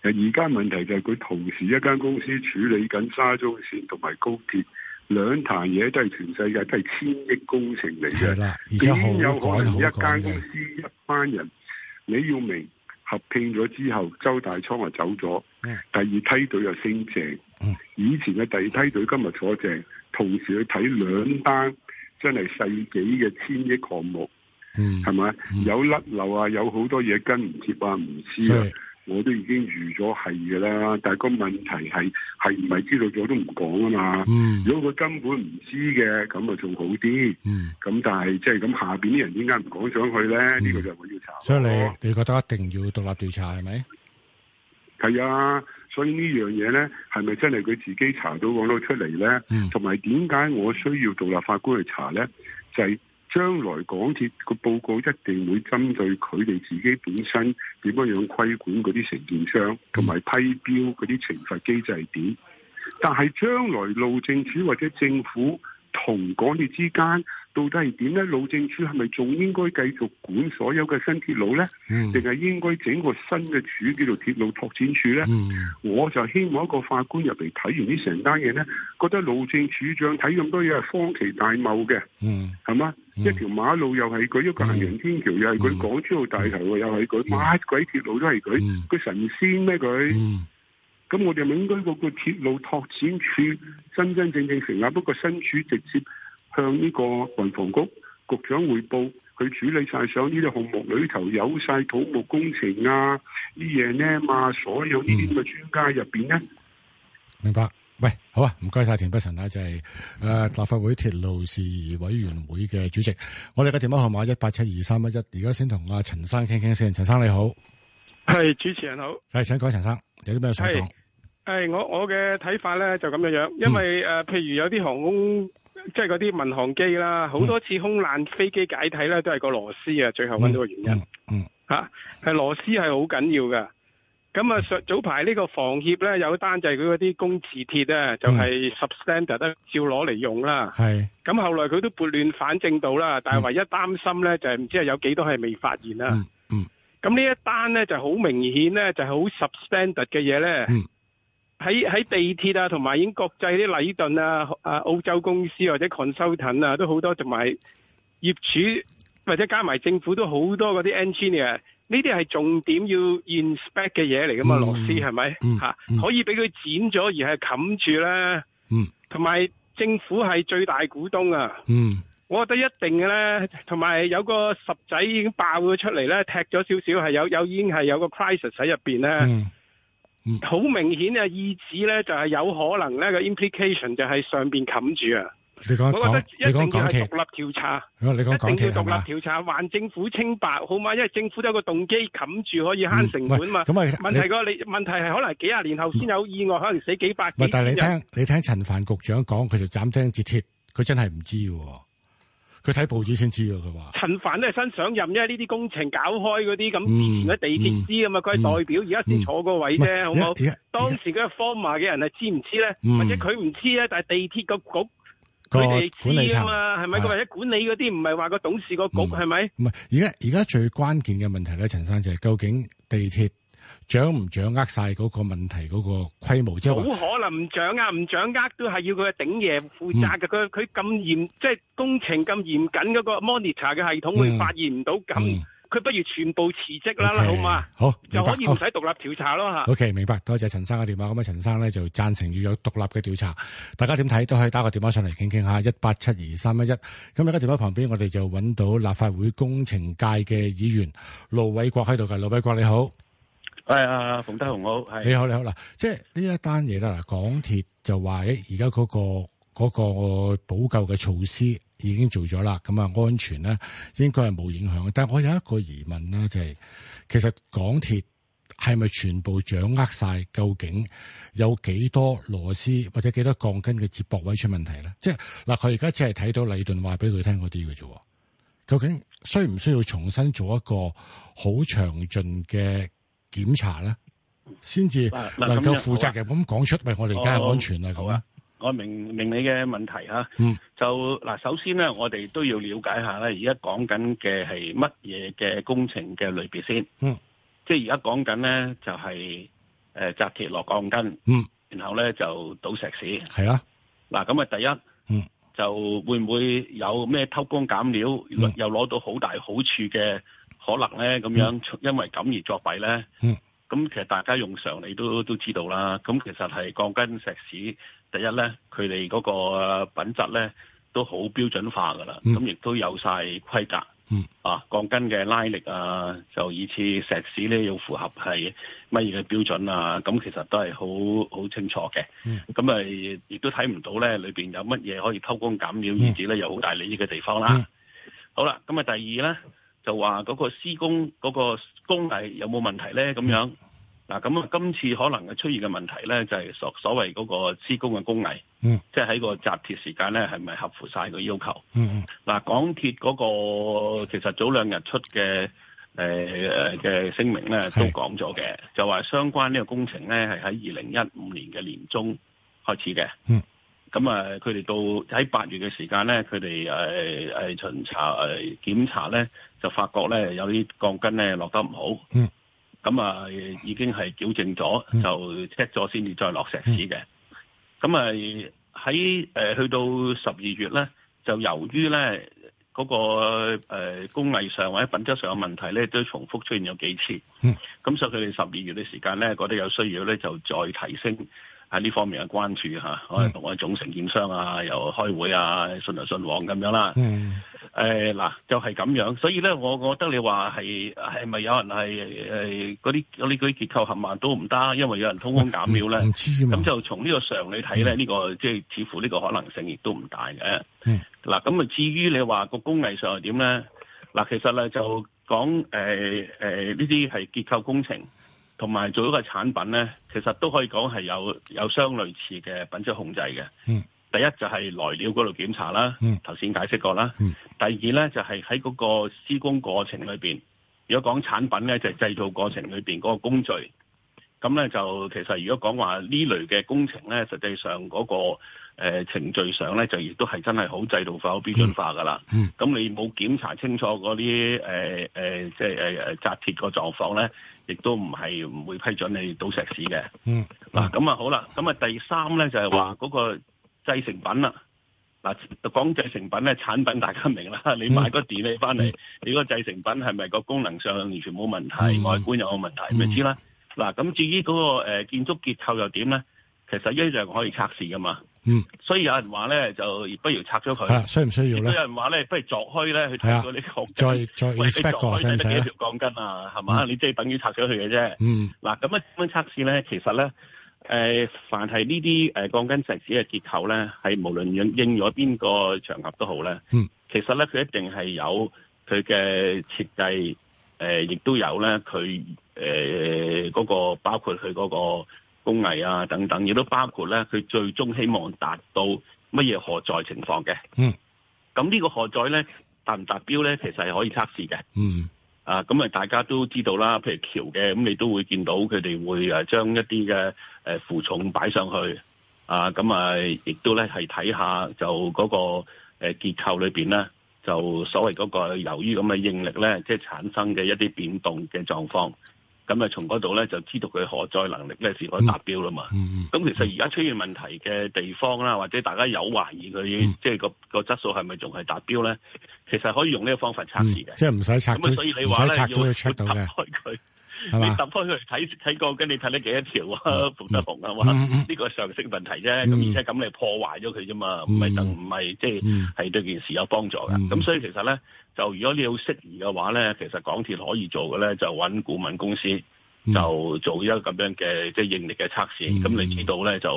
S8: 而家問題就係佢同時一間公司處理緊沙中線同埋高鐵兩壇嘢，都係全世界都係千億工程嚟嘅。
S18: 係啦，而且好
S8: 有可能一
S18: 間
S8: 公司一班人，你要明。合併咗之後，周大倉啊走咗，第二梯隊又升正，以前嘅第二梯隊今日坐正，同時去睇兩單真係世紀嘅千億項目，係咪、嗯？有甩漏啊，有好多嘢跟唔貼啊，唔知啊，我都已經預咗係嘅啦。但係個問題係係唔係知道咗都唔講啊嘛？嗯、如果佢根本唔知嘅，咁啊仲好啲。咁、嗯、但係即係咁下邊啲人點解唔講上去咧？呢、嗯、個就我要查。
S18: 所以你你覺得一定要獨立調查係咪？
S8: 係啊，所以呢樣嘢咧，係咪真係佢自己查到講到出嚟咧？
S18: 嗯
S8: 同埋點解我需要獨立法官去查咧？就係、是。將來港鐵個報告一定會針對佢哋自己本身點樣樣規管嗰啲承建商，同埋批標嗰啲懲罰機制點。但係將來路政署或者政府同港鐵之間到底係點呢？路政署係咪仲應該繼續管所有嘅新鐵路呢？定係、嗯、應該整個新嘅署叫做鐵路拓展署呢？嗯、我就希望一個法官入嚟睇完呢成單嘢呢，覺得路政署長睇咁多嘢係荒其大謬嘅，係嘛、嗯？一條馬路又係佢，一個行人天橋又係佢，港珠澳大橋又係佢，乜鬼鐵路都係佢，佢神仙咩佢？
S18: 嗯
S8: 咁我哋咪應該個個鐵路拓展處真真正正成立一個新處，直接向呢個運房局局長匯報，去處理晒上呢啲項目裏頭有晒土木工程啊，啲嘢咧嘛，所有呢啲咁嘅專家入邊咧，
S18: 明白。喂，好啊，唔該晒田北辰啦，就係、是、誒、呃、立法會鐵路事宜委員會嘅主席。我哋嘅電話號碼一八七二三一一，而家先同阿陳生傾傾先。陳生你好，
S9: 係主持人好，
S18: 係請講陳生，有啲咩想講？
S9: 誒，我我嘅睇法咧就咁樣樣，因為誒、呃，譬如有啲航空。即係嗰啲民航機啦，好多次空難飛機解體咧，都係個螺絲啊！最後揾到個原因，
S18: 嗯
S9: 嚇係螺絲係好緊要㗎。咁啊，上早排呢個房協咧有單就係佢嗰啲工字鐵咧，啊就係 substandard 咧，照攞嚟用啦。
S18: 係
S9: 咁後來佢都撥亂反正到啦，但係唯一擔心咧就係唔知係有幾多係未發現啦。
S18: 嗯，
S9: 咁呢一單咧就好明顯咧，就係好 substandard 嘅嘢咧。喺喺地鐵啊，同埋英國際啲禮頓啊、啊澳洲公司或者 consultant 啊，都好多，同埋業主或者加埋政府都好多嗰啲 engineer，呢啲係重點要 inspect 嘅嘢嚟噶嘛，螺絲係咪嚇？可以俾佢剪咗而係冚住啦。
S18: 嗯，
S9: 同埋政府係最大股東啊。
S18: 嗯，
S9: 我覺得一定嘅咧，同埋有個十仔已經爆咗出嚟咧，踢咗少少係有有已經係有個 crisis 喺入邊咧。
S18: 嗯
S9: 好、嗯、明顯啊！意指咧就係有可能咧個 implication 就係上邊冚住啊！
S18: 你講
S9: 我覺得一定要
S18: 港
S9: 係獨立調查，
S18: 你講港
S9: 一定要
S18: 鐵
S9: 獨立調查，還政府清白好嘛？因為政府都有個動機冚住可以慳成本嘛。
S18: 咁、嗯、
S9: 問題個你問題係可能幾廿年後先有意外，可能死幾百幾。
S18: 但係你聽你聽陳帆局長講，佢就斬釘截鐵，佢真係唔知喎。佢睇報紙先知㗎，佢話
S9: 陳帆都係新上任，因為呢啲工程搞開嗰啲咁，
S18: 嗯
S9: 以前嘅地鐵知啊嘛，佢係代表，而家先坐個位啫，好唔好？當時嗰個 former 嘅人係知唔知咧？
S18: 嗯
S9: 或者佢唔知咧，但係地鐵個局佢哋知啊嘛，係咪？佢或者管理嗰啲唔係話個董事個局
S18: 嗯
S9: 係咪？
S18: 唔係，而家而家最關鍵嘅問題咧，陳生就係究竟地鐵掌唔掌握晒嗰個問題嗰個規模，即係
S9: 冇可能唔掌握，唔掌握都係要佢頂爺負責嘅。
S18: 嗯
S9: 佢佢咁嚴，即係工程咁嚴謹嗰個 monitor 嘅系統，
S18: 嗯
S9: 會發現唔到咁，佢不如全部辭職啦，好嘛？
S18: 好
S9: 就可以唔使獨立調查咯嚇。
S18: OK，明白，多謝陳生嘅電話。咁啊，陳生咧就贊成要有獨立嘅調查。大家點睇都可以打個電話上嚟傾傾下，一八七二三一一。咁而家電話旁邊，我哋就揾到立法會工程界嘅議員盧偉國喺度嘅。盧偉國你好。
S30: 係啊，馮德雄好，係
S18: 你好你好嗱，即係呢一單嘢啦，港鐵就話誒，而家嗰個嗰個補救嘅措施已經做咗啦，咁啊安全咧應該係冇影響。但係我有一個疑問啦，就係其實港鐵係咪全部掌握晒究竟有幾多螺絲或者幾多鋼筋嘅接駁位出問題咧？即係嗱，佢而家只係睇到禮頓話俾佢聽嗰啲嘅啫，究竟需唔需要重新做一個好詳盡嘅？檢查咧，先至能夠負責任
S30: 啊
S18: 咁講出，喂，我哋而家係安全啦，咁啊，
S30: 我明明你嘅問題嚇，
S18: 嗯，
S30: 就嗱，首先咧，我哋都要了解下咧，而家講緊嘅係乜嘢嘅工程嘅類別先，
S18: 嗯，
S30: 即係而家講緊咧就係誒紮鐵落鋼筋，
S18: 嗯，
S30: 然後咧就倒石屎，
S18: 係啊啦，
S30: 嗱咁啊，第一，
S18: 嗯，
S30: 就會唔會有咩偷工減料，又攞到好大好處嘅？可能咧咁樣，因為咁而作弊咧。
S18: 嗯。
S30: 咁其實大家用常理都都知道啦。咁其實係鋼筋石屎，第一咧，佢哋嗰個品質咧都好標準化㗎啦。咁亦都有晒規格。
S18: 嗯。
S30: 啊，鋼筋嘅拉力啊，就以至石屎咧要符合係乜嘢嘅標準啊。咁其實都係好好清楚嘅。
S18: 嗯。
S30: 咁咪亦都睇唔到咧，裏邊有乜嘢可以偷工減料，以至咧有好大利益嘅地方啦。
S18: 嗯。
S30: 好啦，咁啊第二咧。就話嗰個施工嗰個工藝有冇問題咧？咁樣嗱，咁啊，今次可能嘅出現嘅問題咧，就係所所謂嗰個施工嘅工藝，
S18: 嗯，
S30: 即係喺個紮鐵時間咧，係咪合乎晒個要求？
S18: 嗯嗯。
S30: 嗱，港鐵嗰個其實早兩日出嘅誒誒嘅聲明咧，都講咗嘅，就話相關呢個工程咧係喺二零一五年嘅年中開始嘅。
S18: 嗯。
S30: 咁啊，佢哋到喺八月嘅時間咧，佢哋誒誒巡查誒、呃、檢查咧，就發覺咧有啲鋼筋咧落得唔好。
S18: 嗯。
S30: 咁啊，已經係矯正咗，就 check 咗先至再落石屎嘅。咁啊，喺誒去到十二月咧，就由於咧嗰、那個、呃、工藝上或者品質上嘅問題咧，都重複出現咗幾次。
S18: 嗯。
S30: 咁所以佢哋十二月嘅時間咧，覺得有需要咧，就再提升。喺呢方面嘅關注嚇，可能同我哋總承建商啊，又開會啊，信來信往咁樣啦。
S18: 嗯。
S30: 誒嗱，就係咁樣，所以咧，我覺得你話係係咪有人係誒嗰啲嗰啲嗰啲結構冚唪唥都唔得，因為有人偷工減料咧。
S18: 唔知啊嘛
S30: 咁就從呢個常理睇咧，呢個即係似乎呢個可能性亦都唔大嘅。
S18: 嗯。
S30: 嗱，咁啊，至於你話個工藝上係點咧？嗱，其實咧就講誒誒呢啲係結構工程。同埋做一個產品咧，其實都可以講係有有相類似嘅品質控制嘅。
S18: 嗯，
S30: 第一就係來料嗰度檢查啦，
S18: 嗯，
S30: 頭先解釋過啦。
S18: 嗯，
S30: 第二咧就係喺嗰個施工過程裏邊，如果講產品咧就係、製造過程裏邊嗰個工序。咁咧就其實如果講話呢類嘅工程咧，實際上嗰、個、呃、程序上咧就亦都係真係好制度化、好標準化㗎啦。咁、
S18: 嗯
S30: 你冇檢查清楚嗰啲誒誒，即係誒誒紮鐵個狀況咧，亦都唔係唔會批准你倒石屎嘅。
S18: 嗯，
S30: 嗱咁啊好啦，咁啊第三咧就係話嗰個製成品啦。嗱，講製成品咧，產品大家明啦。
S18: 嗯
S30: 你買個電器翻嚟，你嗰個製成品係咪個功能上完全冇問題，
S18: 嗯
S30: 外觀有冇問題，咪知啦。嗱，咁至於嗰、個、呃、建築結構又點咧？其實一樣可以測試噶嘛。
S18: 嗯，
S30: 所以有人話咧，就不如拆咗佢。
S18: 係啦，需唔需要
S30: 亦都有
S18: 咧？
S30: 人話咧，不如鑿開咧去
S18: 係啊
S30: 睇嗰啲鋼筋。
S18: 再再
S30: 喂你
S18: inspect 過
S30: 鑿
S18: 使唔
S30: 開
S18: 使
S30: 睇得幾
S18: 咧？
S30: 條鋼筋啊？係嘛？
S18: 嗯
S30: 你即係等於拆咗佢嘅啫。
S18: 嗯
S30: 嗱，咁樣點樣測試咧？其實咧，誒、凡係呢啲誒鋼筋石屎嘅結構咧，係無論應應咗邊個場合都好咧，
S18: 嗯
S30: 其實咧佢一定係有佢嘅設計，誒、亦都有咧佢誒嗰個包括佢嗰個工藝啊等等，亦都包括咧佢最終希望達到乜嘢荷載情況嘅。
S18: 嗯
S30: 咁呢個荷載咧達唔達標咧，其實係可以測試嘅。
S18: 嗯
S30: 啊，咁啊大家都知道啦，譬如橋嘅，咁你都會見到佢哋會誒將一啲嘅誒負重擺上去，啊，咁啊亦都咧係睇下就嗰個誒結構裏邊咧，就所謂嗰個由於咁嘅應力咧，即係產生嘅一啲變動嘅狀況，咁啊從嗰度咧就知道佢荷載能力咧是否達標啦嘛。
S18: 嗯
S30: 咁其實而家出現問題嘅地方啦，或者大家有懷疑佢、
S18: 嗯
S30: 即係個個質素係咪仲係達標咧？其實可以用呢個方法測
S18: 嗯，
S30: 試嘅。
S18: 即係唔使拆
S30: 咁
S18: 到，
S30: 啊，所以你
S18: 唔
S30: 話
S18: 使
S30: 咧，要
S18: 拆到佢
S30: 要
S18: check 到嘅
S30: 揼，開佢，
S18: 係
S30: 你
S18: 嘛？
S30: 揼開佢睇睇過，跟你睇得幾多條啊？馮德雄啊嘛，
S18: 嗯嗯
S30: 呢個係常識問題啫。
S18: 嗯
S30: 咁而且咁你破壞咗佢啫嘛，唔係等唔係即
S18: 嗯
S30: 係係對件事有幫助嘅
S18: 嗯。
S30: 咁所以其實咧，就如果你要適宜嘅話咧，其實港鐵可以做嘅咧，就揾顧問公司。
S18: 嗯
S30: 就做一個咁樣嘅即係應力嘅測試，咁、你知道咧就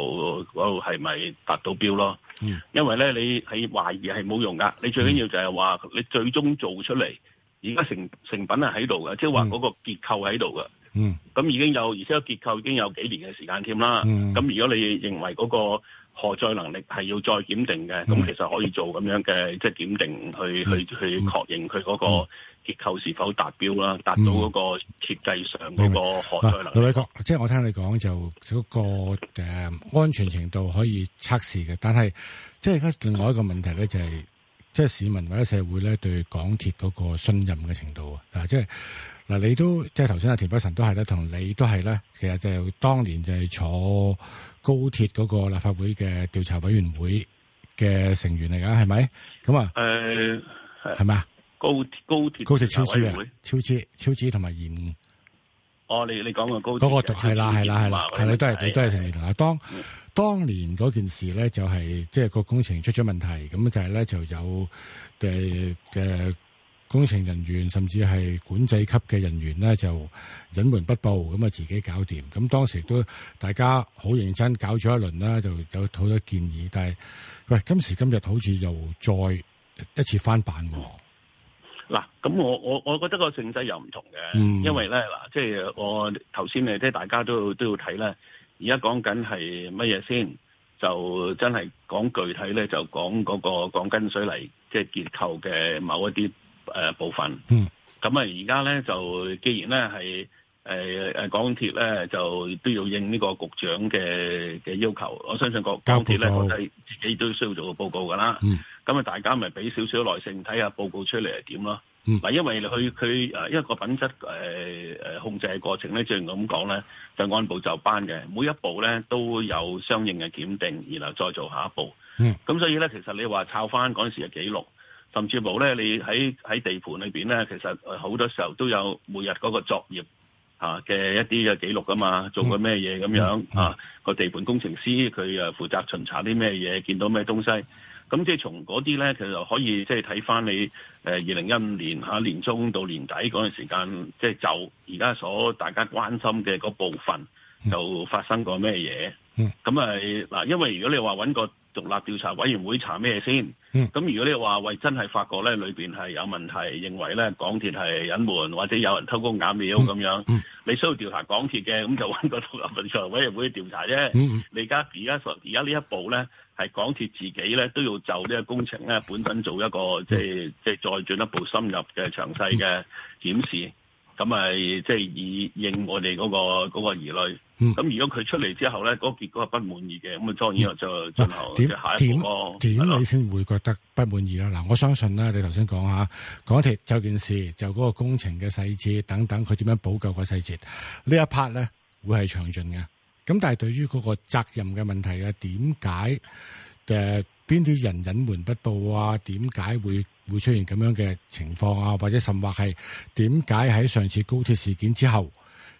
S30: 嗰度係咪達到標咯？
S18: 嗯
S30: 因為咧你係懷疑係冇用噶，你最緊要就係話你最終做出嚟，而家成成品係喺度嘅，即係話嗰個結構喺度嘅。
S18: 嗯
S30: 咁已經有，而且個結構已經有幾年嘅時間添啦。咁、
S18: 嗯
S30: 如果你認為嗰個荷載能力係要再檢定嘅，咁、
S18: 嗯
S30: 其實可以做咁樣嘅即係檢定去、去去確認佢嗰個
S18: 嗯
S30: 結構是否達標啦，達到嗰個設計上嗰個荷載
S18: 嗱，
S30: 能力。
S18: 盧偉國，即係我聽你講就嗰個誒安全程度可以測試嘅，但係即係而家另外一個問題咧就係，即係市民或者社會咧對港鐵嗰個信任嘅程度啊，嗱，即係嗱，你都即係頭先阿田北辰都係啦，同你都係啦，其實就當年就係坐高鐵嗰個立法會嘅調查委員會嘅成員嚟㗎，係咪？咁啊，
S30: 誒、
S18: 係咪啊？
S30: 高鐵高鐵
S18: 高鐵超支
S30: 調查委
S18: 啊
S30: 員會，
S18: 超支超支同埋延誤。
S30: 哦，你你講個高鐵
S18: 嗰個
S30: 嘅
S18: 就係啦，係啦，係啦，係你都係你都啊係成員啦。當
S30: 嗯
S18: 當年嗰件事咧，就係即係個工程出咗問題，咁就係咧就有嘅嘅工程人員，甚至係管制級嘅人員咧，就隱瞞不報，咁啊自己搞掂。咁當時都大家好認真搞咗一輪啦，就有好多建議，但係喂今時今日好似又再一次翻版喎。
S30: 嗱，咁我我我覺得個性質又唔同嘅，
S18: 嗯
S30: 因為咧嗱，即係我頭先誒，即係大家都都要睇咧，而家講緊係乜嘢先？就真係講具體咧，就講嗰、個講緊水泥即係結構嘅某一啲誒、呃部分。
S18: 嗯。
S30: 咁啊，而家咧就既然咧係誒誒港鐵咧就都要應呢個局長嘅嘅要求，我相信個
S18: 交
S30: 港鐵咧
S18: 報告
S30: 覺得自己都需要做個報告㗎啦。
S18: 嗯
S30: 咁啊，大家咪俾少少耐性睇下報告出嚟係點咯。
S18: 嗯
S30: 嗱，因為佢佢誒一個品質誒誒、呃控制嘅過程咧，正如我咁講咧，就按部就班嘅，每一步咧都有相應嘅檢定，然後再做下一步。
S18: 嗯
S30: 咁所以咧，其實你話抄翻嗰陣時嘅記錄，甚至乎咧，你喺喺地盤裏邊咧，其實呃好多時候都有每日嗰個作業啊嘅一啲嘅記錄噶嘛，做過咩嘢咁樣啊？個地盤工程師佢誒負責巡查啲咩嘢，見到咩東西？咁即係從嗰啲咧，其實可以即係睇翻你誒二零一五年嚇年中到年底嗰陣時間，即係就而家所大家關心嘅嗰部分就發生過咩嘢？咁咪嗱，因為如果你話揾個獨立調查委員會查咩先？咁、嗯、如果你話喂真係發覺咧裏邊係有問題，認為咧港鐵係隱瞞或者有人偷工減料咁樣，嗯嗯、你需要調查港鐵嘅，咁就揾個獨立調查委員會調查啫。嗯嗯、你而家而家而家呢一步咧，係港鐵自己咧都要就呢個工程咧本身做一個即係即係再進一步深入嘅詳細
S18: 嗯
S30: 嘅檢視。咁咪即係以應我哋嗰、嗰個嗰、嗰個疑慮。
S18: 嗯
S30: 咁如果佢出嚟之後咧，嗰、嗰個結果係不滿意嘅，咁啊當然就進行即係下一步咯。
S18: 嗯點點你先會覺得不滿意啦？嗱，我相信咧，你頭先講下港鐵就件事，就嗰個工程嘅細節等等，佢點樣補救個細節呢一 part 咧，會係詳盡嘅。咁但係對於嗰個責任嘅問題啊，點解嘅邊啲人隱瞞不報啊？點解會？會出現咁樣嘅情況啊，或者甚或係點解喺上次高鐵事件之後，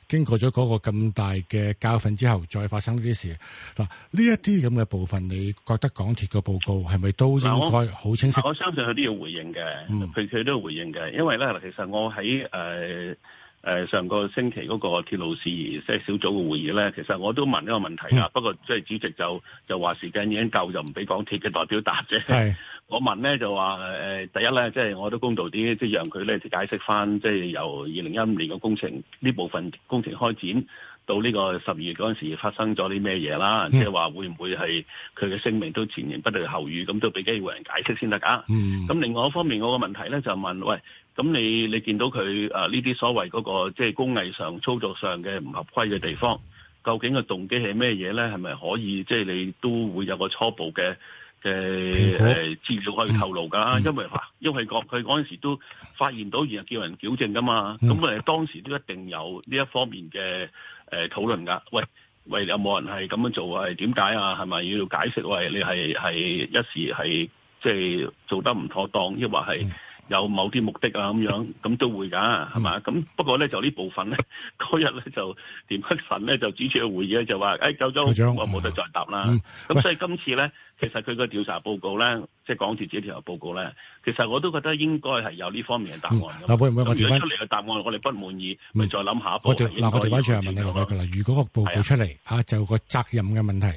S18: 經過咗嗰個咁大嘅教訓之後，再發生呢啲事嗱，呢一啲咁嘅部分，你覺得港鐵個報告係咪都應該好清晰？
S30: 我相信佢都要回應嘅，佢佢、嗯、都要回應嘅，因為咧，其實我喺誒誒上個星期嗰個鐵路事宜即係小組嘅會議咧，其實我都問呢個問題㗎，嗯、不過即係主席就就話時間已經夠，就唔俾港鐵嘅代表答啫。係。我問咧就話誒、呃，第一咧即係我都公道啲，即係讓佢咧解釋翻，即係由二零一五年嘅工程呢部分工程開展到呢個十二月嗰陣時發生咗啲咩嘢啦，即係話會唔會係佢嘅聲明都前言不對後語，咁都俾機會人解釋先得㗎。咁、嗯、另外一方面，我個問題咧就問喂，咁你你見到佢誒啊呢啲所謂嗰、嗰個即係工藝上操作上嘅唔合規嘅地方，究竟個動機係咩嘢咧？係咪可以即係你都會有個初步嘅？嘅誒資料可以透露㗎，因為嗱，因為佢佢嗰陣時都發現到，然後叫人矯正㗎嘛，咁我哋當時都一定有呢一方面嘅誒討論㗎。喂喂，有冇人係咁樣做啊？係點解啊？係咪要解釋？喂，你係係一時係即係做得唔妥當，抑或
S18: 嗯
S30: 係？有某啲目的啊咁 樣，咁都會㗎，係
S18: 嗯
S30: 嘛？咁不過咧就呢 部分咧，嗰日咧就田北辰咧就主持個會議咧就話，誒夠咗，我冇得再答啦。咁、嗯、所以今次咧，其實佢個調查報告咧，即係港鐵自己調查報告咧，其實我都覺得應該係有呢方面嘅答案。
S18: 嗱、嗯，會唔會我調翻
S30: 出嚟嘅答案，我哋不滿意，咪、嗯、再諗下一步。
S18: 我調嗱，我調翻轉問你落去㗎啦。如果個報告出嚟嚇、啊、就個責任嘅問題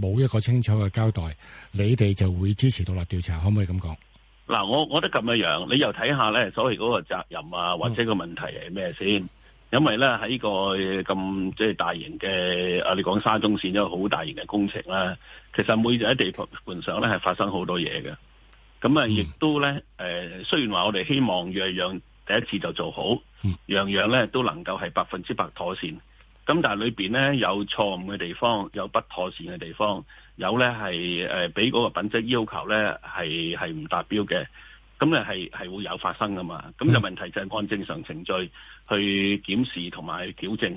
S18: 冇一個清楚嘅交代，你哋就會支持獨立調查，可唔可以咁講？
S30: 嗱，我我覺得咁嘅樣，你又睇下咧，所謂嗰個責任啊，或者個問題係咩先？因為咧喺個呃咁即係大型嘅啊，你講沙中線一個好大型嘅工程啦，其實每日喺地盤上咧係發生好多嘢嘅。咁啊，亦都咧誒，雖然話我哋希望樣樣第一次就做好，樣樣咧都能夠係百分之百妥善。咁但係裏邊咧有錯誤嘅地方，有不妥善嘅地方。有咧係誒，俾嗰個品質要求咧係係唔達標嘅，咁咧係係會有發生噶嘛。咁就問題就係按正常程序去檢視同埋矯正。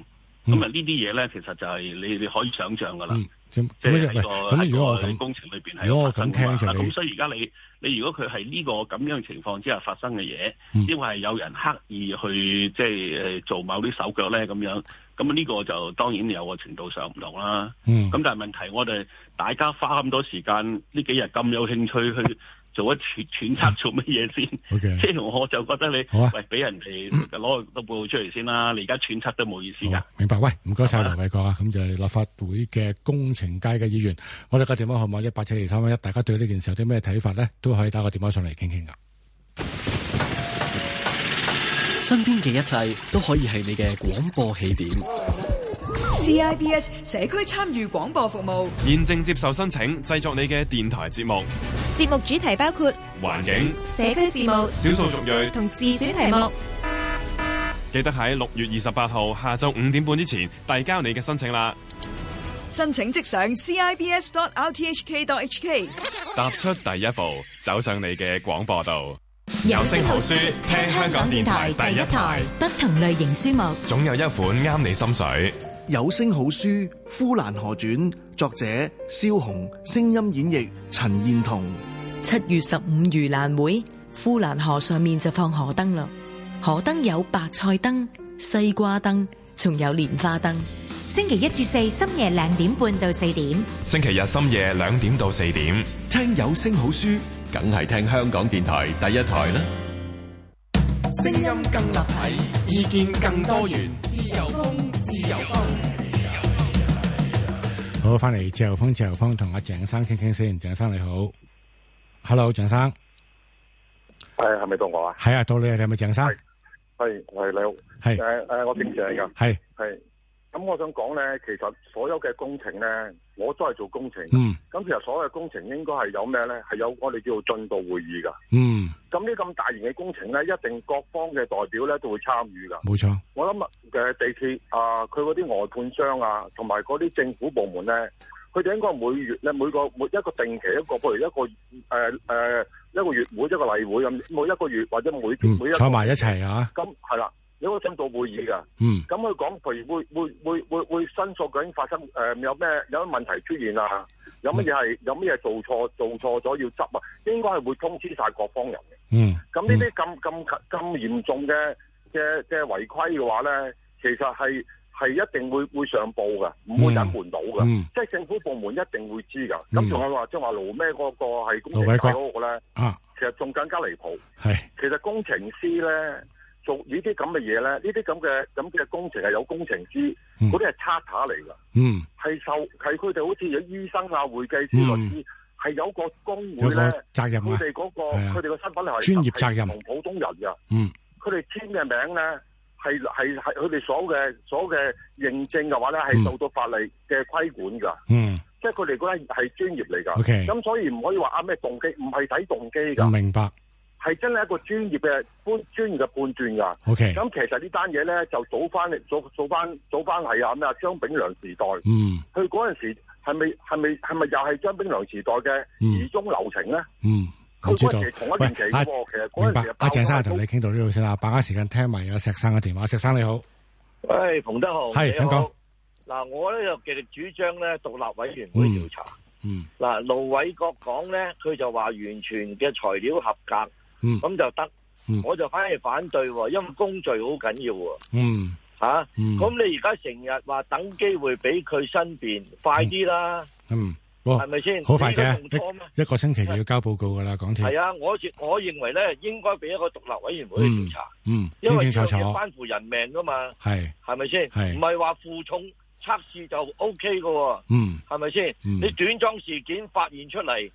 S30: 咁啊呢啲嘢咧，其實就係你你可以想像
S18: 嗯
S30: 噶啦。
S18: 咁咁如果我咁
S30: 工程裏邊
S18: 係如果我咁聽就
S30: 咁，所以而家你你如果佢係呢個咁樣情況之下發生嘅嘢，
S18: 嗯
S30: 抑或係有人刻意去即係誒做某啲手腳咧咁樣。咁呢個就當然有個程度上唔同啦。咁、嗯、但係問題，我哋大家花咁多時間，呢幾日咁有興趣去做一揣揣測做乜嘢先？
S18: 嗯
S30: 即係我就覺得你、啊、喂俾人哋攞個報告出嚟先啦。你而家揣測都冇意思㗎。
S18: 明白？喂，唔該晒。劉偉國啊。咁就係立法會嘅工程界嘅議員。我哋個電話號碼一八七二三一一，大家對呢件事有啲咩睇法咧，都可以打個電話上嚟傾傾㗎。
S3: 身邊嘅一切都可以係你嘅廣播起點。
S31: CIBS 社區參與廣播服務
S17: 現正接受申請，製作你嘅電台節目。
S10: 節目主題包括
S17: 環境、
S10: 社區事務、
S17: 少數族裔
S10: 同自選題目。
S17: 記得喺六月二十八號下晝五點半之前遞交你嘅申請啦。
S31: 申請即上 CIBS.RTHK.HK。
S17: 踏出第一步，走上你嘅廣播道。
S32: 有聲好書，聽香港電台第一台，
S33: 不同類型書目，
S17: 總有一款啱你心水。
S13: 有聲好書《呼蘭河傳》，作者蕭紅，聲音演繹陳燕彤。
S1: 七月十五盂蘭會，呼蘭河上面就放河燈啦。河燈有白菜燈、西瓜燈、仲有蓮花燈。
S2: 星期一至四深夜兩點半到四點，
S17: 星期日深夜兩點到四點，
S33: 聽有聲好書，梗係聽香港電台第一台啦。
S29: 聲音更立體，意見更多元，自由風，自由風。
S18: 好，翻嚟自由風，自由風同阿鄭生傾傾先。鄭生你好，Hello，鄭生，
S34: 係係咪到我啊？
S18: 係啊，到你啊，你係咪鄭生？
S34: 係係你好，
S18: 係
S34: 誒誒，我姓鄭㗎，
S18: 係
S34: 係。咁我想講咧，其實所有嘅工程咧，我都係做工程。
S18: 嗯。
S34: 咁其實所有嘅工程應該係有咩咧？係有我哋叫做進度會議㗎。
S18: 嗯，
S34: 咁呢咁大型嘅工程咧，一定各方嘅代表咧都會參與㗎。
S18: 冇錯。
S34: 我諗嘅地鐵啊，佢嗰啲外判商啊，同埋嗰啲政府部門咧，佢哋應該每月咧每個每一個定期一個，譬如一個誒誒、呃、一個月會一個例會咁，每一個月或者每、
S18: 嗯
S34: 每一個
S18: 坐埋一齊啊
S34: 咁係啦，有個進度會議㗎。
S18: 嗯，
S34: 咁佢講譬如會會會會會申訴究竟發生誒、呃有咩有咩問題出現啊？有乜嘢係有乜嘢做錯做錯咗要執啊？應該係會通知晒各方人嘅。
S18: 嗯，
S34: 咁呢啲咁咁咁嚴重嘅嘅嘅違規嘅話咧，其實係係一定會會上報嘅，唔會隱瞞到嘅。
S18: 嗯
S34: 即係政府部門一定會知㗎。
S18: 嗯
S34: 咁仲有話即係話勞咩嗰個係工程
S18: 盧偉國
S34: 界嗰個咧，
S18: 啊，
S34: 其實仲更加離譜。
S18: 係
S34: 其實工程師咧做呢啲咁嘅嘢咧，呢啲咁嘅咁嘅工程係有工程師，嗰啲係差塔嚟㗎。
S18: 嗯，
S34: 係受係佢哋好似有醫生啊、會計師、律師，係有個工
S18: 有
S34: 會
S18: 個
S34: 咧，
S18: 責任
S34: 佢
S18: 啊
S34: 哋嗰個
S18: 係啊
S34: 佢哋個身份係
S18: 專業責任
S34: 係同普通人㗎。
S18: 嗯，
S34: 佢哋簽嘅名咧係係係佢哋所有嘅所有嘅認證嘅話咧
S18: 嗯
S34: 係受到法例嘅規管㗎。
S18: 嗯，
S34: 即係佢哋嗰啲係專業嚟㗎。
S18: OK
S34: 啊咁所以唔可以話啊咩動機，唔係睇動機
S18: 唔
S34: 㗎。
S18: 明白。
S34: 係真係一個專業嘅判專業嘅判斷㗎。
S18: OK
S34: 咁其實呢單嘢咧就早翻早早翻早翻係啊咩啊張炳良時代。
S18: 嗯
S34: 佢嗰陣時係咪係咪係咪又係張炳良時代嘅
S18: 嗯
S34: 疑中留情咧？
S18: 嗯，我知道
S34: 佢嗰陣時。同一
S18: 喂
S34: 年期，
S18: 阿
S34: 嘅喎，其實嗰
S18: 明白
S34: 陣時。
S18: 阿鄭生同你傾到呢度先啦，把握時間聽埋阿石生嘅電話。石生你好，
S11: 喂，馮德豪，
S18: 係
S11: 你
S18: 請
S11: 好
S18: 講。
S11: 嗱，我咧就極力主張咧獨立委員會調查。
S18: 嗯
S11: 嗱，盧偉國講咧，佢就話完全嘅材料合格，咁、
S18: 嗯
S11: 就得。
S18: 嗯
S11: 我就反而反對喎，因為工序好緊要喎。
S18: 嗯
S11: 吓、
S18: 嗯
S11: 咁、你而家成日話等機會俾佢申辯，快啲啦，
S18: 嗯，
S11: 係咪先？
S18: 好快
S11: 呢個仲多
S18: 啫
S11: 咩，
S18: 一一個星期就要交報告噶啦，港鐵
S11: 係。啊，我認我認為咧，應該俾一個獨立委員會去
S18: 嗯
S11: 調查，
S18: 嗯，
S11: 因
S18: 清
S11: 為
S18: 清
S11: 呢
S18: 楚
S11: 樣
S18: 楚，
S11: 嘢關乎人命噶嘛。
S18: 係
S11: 系咪先？
S18: 係
S11: 唔系话負重測試就 O K 噶，
S18: 嗯
S11: 係咪先？
S18: 嗯
S11: 你短裝事件發現出嚟，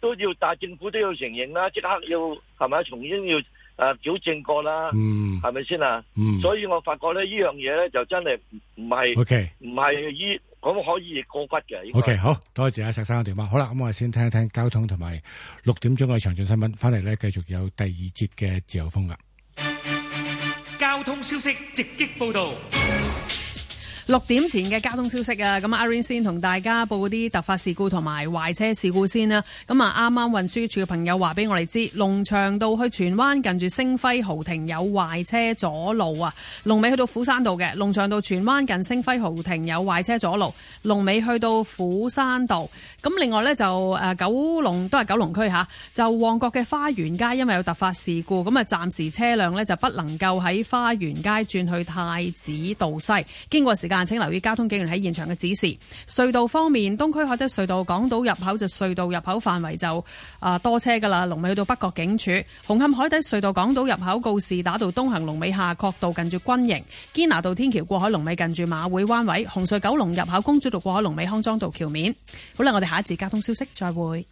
S11: 都要但政府都要承認啦，即刻要係咪重新要诶矫正過啦，
S18: 嗯
S11: 係咪先啊？
S18: 嗯
S11: 所以我發覺咧呢樣嘢咧就真係唔唔係
S18: OK
S11: 唔係醫咁可以過骨嘅。應該
S18: O、k 好多謝阿石生嘅電話。好啦，咁我哋先聽一聽交通同埋六點鐘嘅詳盡新聞，翻嚟咧繼續有第二節嘅自由風噶。
S19: 交通消息直擊報道。
S35: 六點前嘅交通消息啊，咁阿 Rain 先同大家報啲突發事故同埋壞車事故先啦。咁啊，啱啱運輸署嘅朋友話俾我哋知，龍翔道去荃灣近住星輝豪庭有壞車阻路啊。龍尾去到斧山道嘅，龍翔道荃灣近星輝豪庭有壞車阻路，龍尾去到斧山道。咁另外呢，就誒、呃九龍都係九龍區嚇，就旺角嘅花園街因為有突發事故，咁啊暫時車輛呢就不能夠喺花園街轉去太子道西。經過時間請留意交通警員喺現場嘅指示。隧道方面，東區海底隧道港島入口就隧道入口範圍就啊、多車㗎啦，龍尾去到北角警署。紅磡海底隧道港島入口告士打道東行龍尾下角道近住軍營，堅拿道天橋過海龍尾近住馬會灣位，紅隧九龍入口公主道過海龍尾康莊道橋面。好啦，我哋下一節交通消息再會。